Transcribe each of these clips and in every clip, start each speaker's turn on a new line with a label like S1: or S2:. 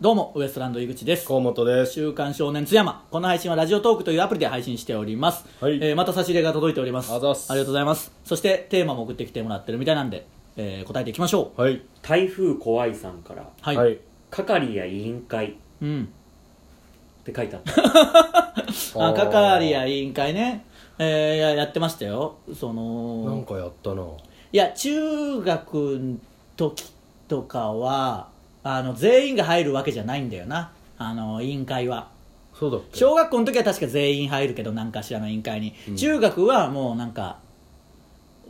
S1: どうもウエストランド井口です
S2: 河本です
S1: 週刊少年津山この配信はラジオトークというアプリで配信しております、
S2: はい
S1: えーまた差し入れが届いております
S2: あざっす
S1: りがとうございますそしてテーマも送ってきてもらってるみたいなんで、えー答えていきましょう
S2: はい
S3: 台風怖いさんから
S1: はい、
S3: 係や委員会っ
S1: うん
S3: て書いてあった
S1: あ
S2: ー
S1: 係や委員会ね、えーややってましたよそ
S2: なん
S1: の
S2: かやったない
S1: や中学の時とかはあの全員が入るわけじゃないんだよなあの委員会は
S2: そうだっけ
S1: 小学校の時は確か全員入るけど何かしらの委員会に、
S2: うん
S1: 中学はもうなんか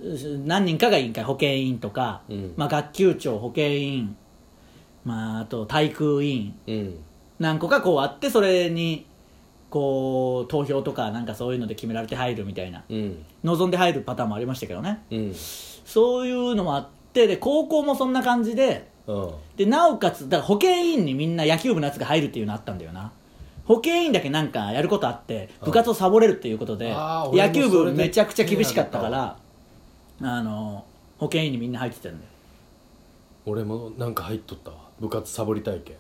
S1: う何人かが委員会保健委員とか、
S2: うん
S1: まあ、学級長保健委員、まあ、あと体育委員
S2: うん
S1: 何個かこうあってそれにこう投票とかなんかそういうので決められて入るみたいな
S2: うん
S1: 望んで入るパターンもありましたけどね
S2: うん
S1: そういうのもあってで高校もそんな感じで
S2: うん
S1: でなおかつだから保健委員にみんな野球部のやつが入るっていうのあったんだよな保健委員だけなんかやることあって
S2: うん
S1: 部活をサボれるっていうことで
S2: あー俺も
S1: 野球
S2: それ
S1: 部
S2: で
S1: めちゃくちゃ厳しかったか
S2: 気にな
S1: らあの保健委員にみんな入ってたんだよ
S2: 俺もなんか入っとったわ部活サボり体験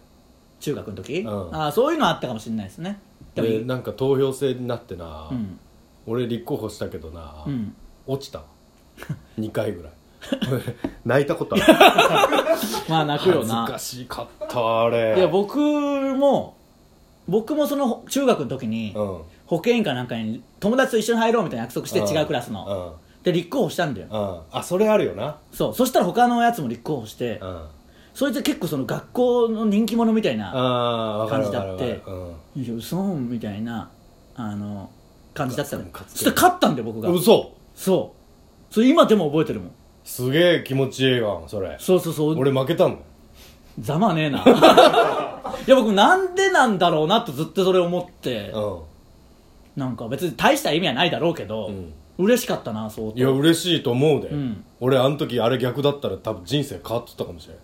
S1: 中学の時、
S2: ん
S1: あーそういうのあったかもしれないですねでも
S2: でなんか投票制になってな、
S1: うん
S2: 俺立候補したけどな、
S1: うん
S2: 落 ちた2回ぐらい 泣いたことある
S1: まあ泣くよ
S2: 恥ず
S1: な
S2: かしかったあれ
S1: いや僕も僕もその中学の時に
S2: うん
S1: 保健委員かなんかに友達と一緒に入ろうみたいな約束して
S2: うん
S1: 違うクラスので立候補したんだよ
S2: うんうんあそれあるよな
S1: そうそしたら他のやつも立候補して
S2: うんあ
S1: そいつ結構その学校の人気者みたいな
S2: あーわかるわかるわか
S1: 感じ
S2: る
S1: だ
S2: う
S1: 「
S2: ん
S1: いや嘘みたいなあの感じだったの
S2: ムカつく
S1: そしたら勝ったんだよ僕が
S2: 嘘
S1: そうそれ今でも覚えてるもん
S2: すげえ気持ちいいわそれ
S1: そうそうそう
S2: 俺負けたんだよ
S1: ざまねえ ないや僕なんでなんだろうなとずっとそれ思ってなんか別に大した意味はないだろうけど、
S2: うん
S1: 嬉しかったな相
S2: いや
S1: 当
S2: 嬉しいと思うで、
S1: うん
S2: 俺あの時あれ逆だったら多分人生変わっとったかもしれない、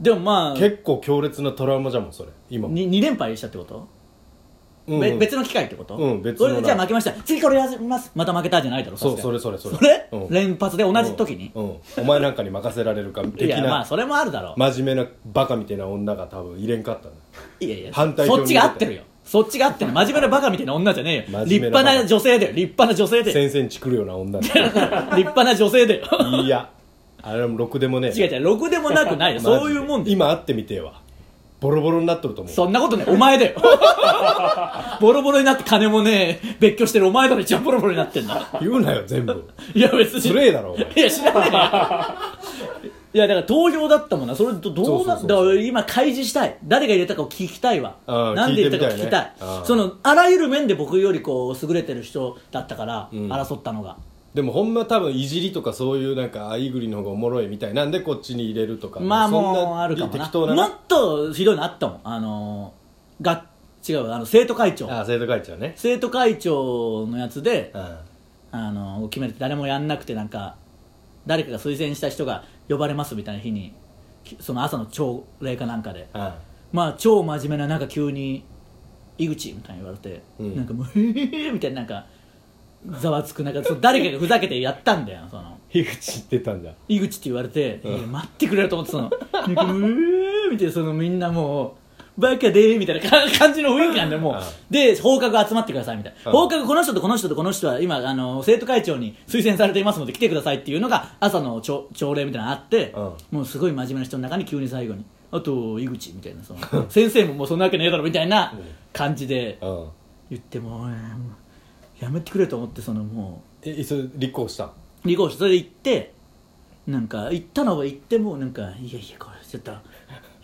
S1: でもまあ
S2: 結構強烈なトラウマじゃもんそれ今も、
S1: に 2, 連敗したってこと、
S2: うん
S1: べ
S2: うん
S1: 別の機会ってこと
S2: うん別
S1: こ
S2: の
S1: れでじゃあ負けました次これやりますまた負けたじゃないだろ
S2: そう
S1: 確か
S2: それそれそれ
S1: それ、
S2: うん
S1: 連発で同じ時に、
S2: うんうんお前なんかに任せられるか
S1: い
S2: 的
S1: やまあ
S2: な
S1: それもあるだろう、
S2: 真面目なバカみたいな女が多分入れんかったんだ
S1: いやいや
S2: 反対
S1: そ
S2: 表
S1: っ
S2: に
S1: ちが合ってるよそっちが合って る真面目なバカみたいな女じゃねえよ立
S2: 真面目な
S1: 派
S2: バカ
S1: な女性 だよ立派な女性だよ
S2: 先生にチクるような女
S1: 立派な女性 だよ
S2: いやあれもろくでもねえ
S1: 違う違うろくでもなくないよ
S2: マジで
S1: そういうもんだよ
S2: 今会ってみてえわボロボロになっとると思う
S1: そんなことねお前 だよボロボロになって金もねえ別居してるお前だろ一番ボロボロになってんだ
S2: 言うなよ全部
S1: いや別に
S2: つれえだろお前
S1: いや知らねえいやだから投票だったもんなそれどどうな
S2: そうそうそうそう
S1: だから今開示したい誰が入れたかを聞きたいわ
S2: うん
S1: なんで入れたか聞
S2: 聞いて
S1: き
S2: み
S1: た
S2: た
S1: い
S2: いねうん
S1: そのあらゆる面で僕よりこう優れてる人だったから、
S2: ん
S1: 争ったのが
S2: でもほんま多分いじりとかそういうなんかあいぐりの方がおもろいみたいなんでこっちに入れるとか
S1: まあ
S2: そん
S1: もう
S2: な
S1: あるかもな
S2: 適当な
S1: もっとひどいのあったもんあのーが違うあの生徒会長
S2: ああ生徒会長ね
S1: 生徒会長のやつで
S2: う、ん
S1: あのー決めて誰もやんなくてなんか誰かが推薦した人が呼ばれますみたいな日にきその朝の朝礼かなんかで
S2: うん
S1: まあ超真面目ななんか急に「井口」みたいに言われて、
S2: うん
S1: なんかもう「 えー」みたいななんかざわつくなんかそう誰かがふざけてやったんだよその
S2: 樋口ってたんだ
S1: 井口って言われて、
S2: うん
S1: いや待ってくれると思ってその「なんかうー」みたいなそのみんなもう「バカで」みたいなか感じの雰囲気なんでもう
S2: うん
S1: で放課後集まってくださいみたいな
S2: うん
S1: 放課後この人とこの人とこの人は今あの生徒会長に推薦されていますので来てくださいっていうのが朝の朝朝礼みたいなのあって、
S2: うん
S1: もうすごい真面目な人の中に急に最後に「あと井口」みたいなその先生ももうそんなわけねえだろみたいな
S2: うん
S1: 感じで
S2: うん
S1: 言ってもうえーもうやめてくれと思ってそのもう。
S2: えそれ立候補したん
S1: 離婚してそれで行ってなんか行ったのは行ってもなんかいやいやこれちょっと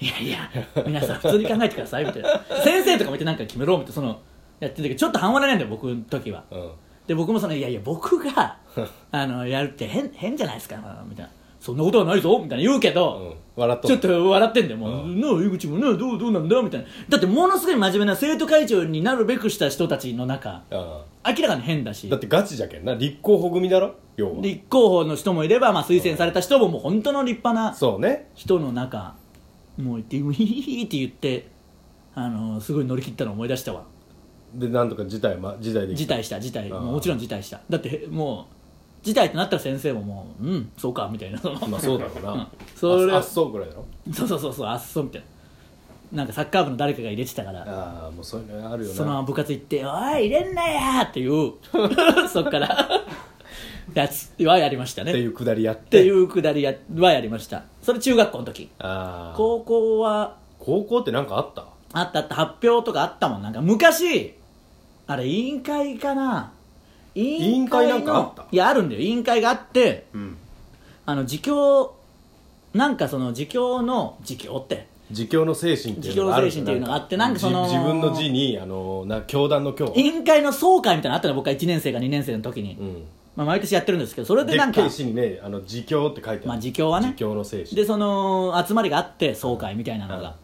S1: いやいや皆さん普通に考えてくださいみたいな先生とかもいてなんか決めろみたいなそのやってるけどちょっと半笑いなんだよ僕の時は
S2: うん
S1: で僕もそのいやいや僕 があのやるって変変じゃないですかみたいなそんなことはないぞみたいな言うけど、
S2: うん笑っと
S1: ちょっ
S2: っ
S1: と笑ってんだよ、もう、
S2: う
S1: なあ、井口もなあ、どうどうなんだみたいな、だってものすごい真面目な生徒会長になるべくした人たちの中、
S2: う
S1: 明らかに変だし、
S2: んだってガチじゃけんな立候補組だろ要は
S1: 立候補の人もいれば、まあ、推薦された人ももう本当の立派な
S2: そうね
S1: 人の中もういてウヒヒヒって言ってあのすごい乗り切ったのを思い出したわ
S2: でなんとか辞退ま辞退でき
S1: 辞
S2: た
S1: 退した辞退
S2: あー
S1: もちろん辞退しただってもう辞退ってなったら先生ももううんそうかみたいなその
S2: まあそうだろう
S1: うん
S2: な
S1: それ
S2: ああっそうぐらいだろ
S1: そうそうそうそうあっそうみたいななんかサッカー部の誰かが入れてたから
S2: ああもうそういうのあるよな
S1: そのまま部活行って「おい入れんなや!」っていう そっから やつはやりましたね
S2: っていうくだりやっ
S1: ってていうくだりやはやりましたそれ中学校の時
S2: ああ
S1: 高校は
S2: 高校ってなんかあった
S1: あったあった発表とかあったもんなんか昔あれ委員会かな委
S2: 委員会なんかあった
S1: いやあるんだよ委員会があって
S2: うん
S1: あの自供なんかその自供の自供って
S2: 自教の精神っていうのがあるじゃ
S1: 自供の精神
S2: ん
S1: っていうのがあってなんかその
S2: じ自分の字にあのな教団の教
S1: 委員会の総会みたいなのあったの僕は1年生か2年生の時に、
S2: うん
S1: まあ、毎年やってるんですけどそれで
S2: で
S1: なんか
S2: 警視にねあの自教って書いてある
S1: まあ自供はね
S2: 自教の精神
S1: でその集まりがあって総会みたいなのが、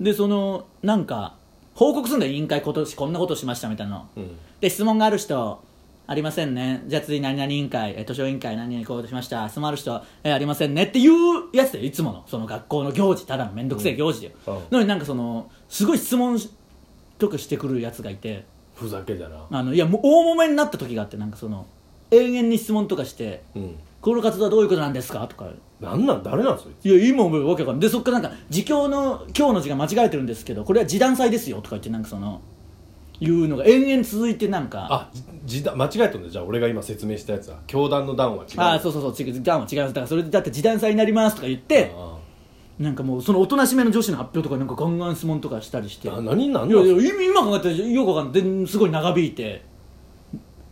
S1: でそのなんか報告するんだよ委員会今年こんなことしましたみたいなの
S2: うん
S1: で質問がある人ありませんねじゃあ次何々委員会えー図書委員会何々こういうことしました質問ある人えーありませんねっていうやつだよいつものその学校の行事ただの面倒くせえ行事だよ、
S2: うん
S1: のになんかそのすごい質問とかしてくるやつがいて
S2: ふざけだな
S1: あのいやもう大揉めになった時があってなんかその永遠に質問とかして
S2: うん
S1: この活動はどういうことなんですかとか
S2: なんなん誰なんそれ
S1: いや今思うわけわかんないでそっからなんか「自供の今日の字が間違えてるんですけどこれは示談祭ですよ」とか言ってなんかそのいうのが延々続いてなんか
S2: あじ時代間違えたんだじゃあ俺が今説明したやつは教団の段は違う
S1: ああそうそうそう違う時間は違いますだからそれでだって示談祭になりますとか言って
S2: あ
S1: なんかもうそのおとなしめの女子の発表とかなんかガンガン質問とかしたりしてい
S2: ー
S1: や
S2: ない何なん
S1: や
S2: なん
S1: 今今考えたらよくわかんないですごい長引いて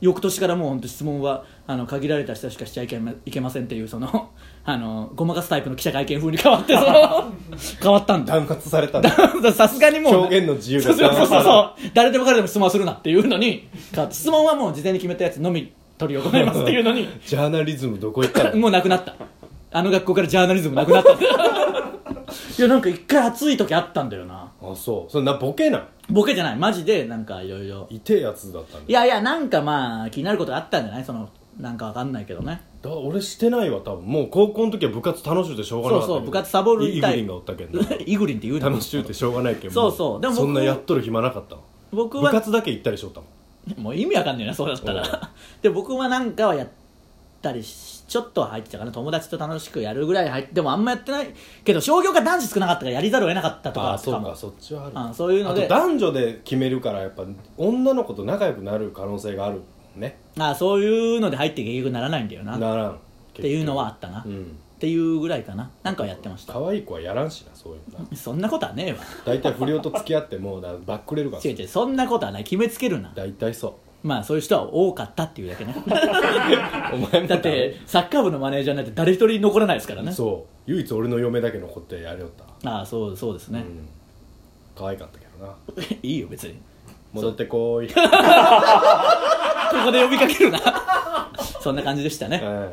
S1: 翌年からもう本当質問はあの限られた人しかしちゃいけまいけませんっていうその あのごまかすタイプの記者会見風に変 わってその変わったんだ
S2: 弾圧さ れたんだ
S1: さすがにもう
S2: 表現の自由
S1: そ
S2: が
S1: うそうそうそう
S2: 弾圧
S1: 誰でも彼でも質問はするなっていうのに変わって質問はもう事前に決めたやつのみ取り行いますっていうのに
S2: ジャーナリズムどこ行 った の
S1: もうなくなったあの学校からジャーナリズムなくなった いやなんか一回暑い時あったんだよな
S2: あそうそれなボケなん
S1: ボケじゃないマジでなんかいろいろ
S2: 痛えやつだったんだ
S1: いやいやなんかまあ気になることがあったんじゃないそのなんかわかんないけどね
S2: だ俺してないわ多分もう高校の時は部活楽しゅうてしょうがなかったけど
S1: そうそう部活サボる
S2: イ
S1: み
S2: グ
S1: たい
S2: リンがおったけんな
S1: イグリンって言うの
S2: 楽しゅうてしょうがないけん
S1: そうそうでも僕
S2: そんなやっとる暇なかったわ
S1: 僕
S2: 部
S1: は
S2: 活だけ行ったりしょったもん
S1: もう意味わかんないなそうだった
S2: おう
S1: ら で僕はなんかはやったりしちょっとは入ってたかな友達と楽しくやるぐらい入ってでもあんまやってないけど商業科男子少なかったからやりざるを得なかったとか
S2: あそ
S1: か
S2: う
S1: も
S2: かそっちはある
S1: あそういうので
S2: あと男女で決めるからやっぱ女の子と仲良くなる可能性があるね
S1: あそういうので入って結局ならないんだよな
S2: な
S1: っ
S2: らんって
S1: いうのはあったな、
S2: う
S1: っ
S2: ん
S1: ていうぐらいかななんかはやってました
S2: 可愛い子はやらんしなそういうのな
S1: そんなことはねえわ
S2: 大体不良と付き合ってもうなバックレるから
S1: 違う違うそんなことはない決めつけるな
S2: 大体そ
S1: まあそういう人は多かったっていうだ けね
S2: うお前も
S1: だってサッカー部のマネージャーなんて誰一人残らないですからね
S2: そう唯一俺の嫁だけ残ってやりよった
S1: ああそうそうですね
S2: う、ん可愛かったけどな い
S1: いよ別に
S2: 戻っ てこーい、
S1: ここで呼びかけるな そんな感じでしたね
S2: うん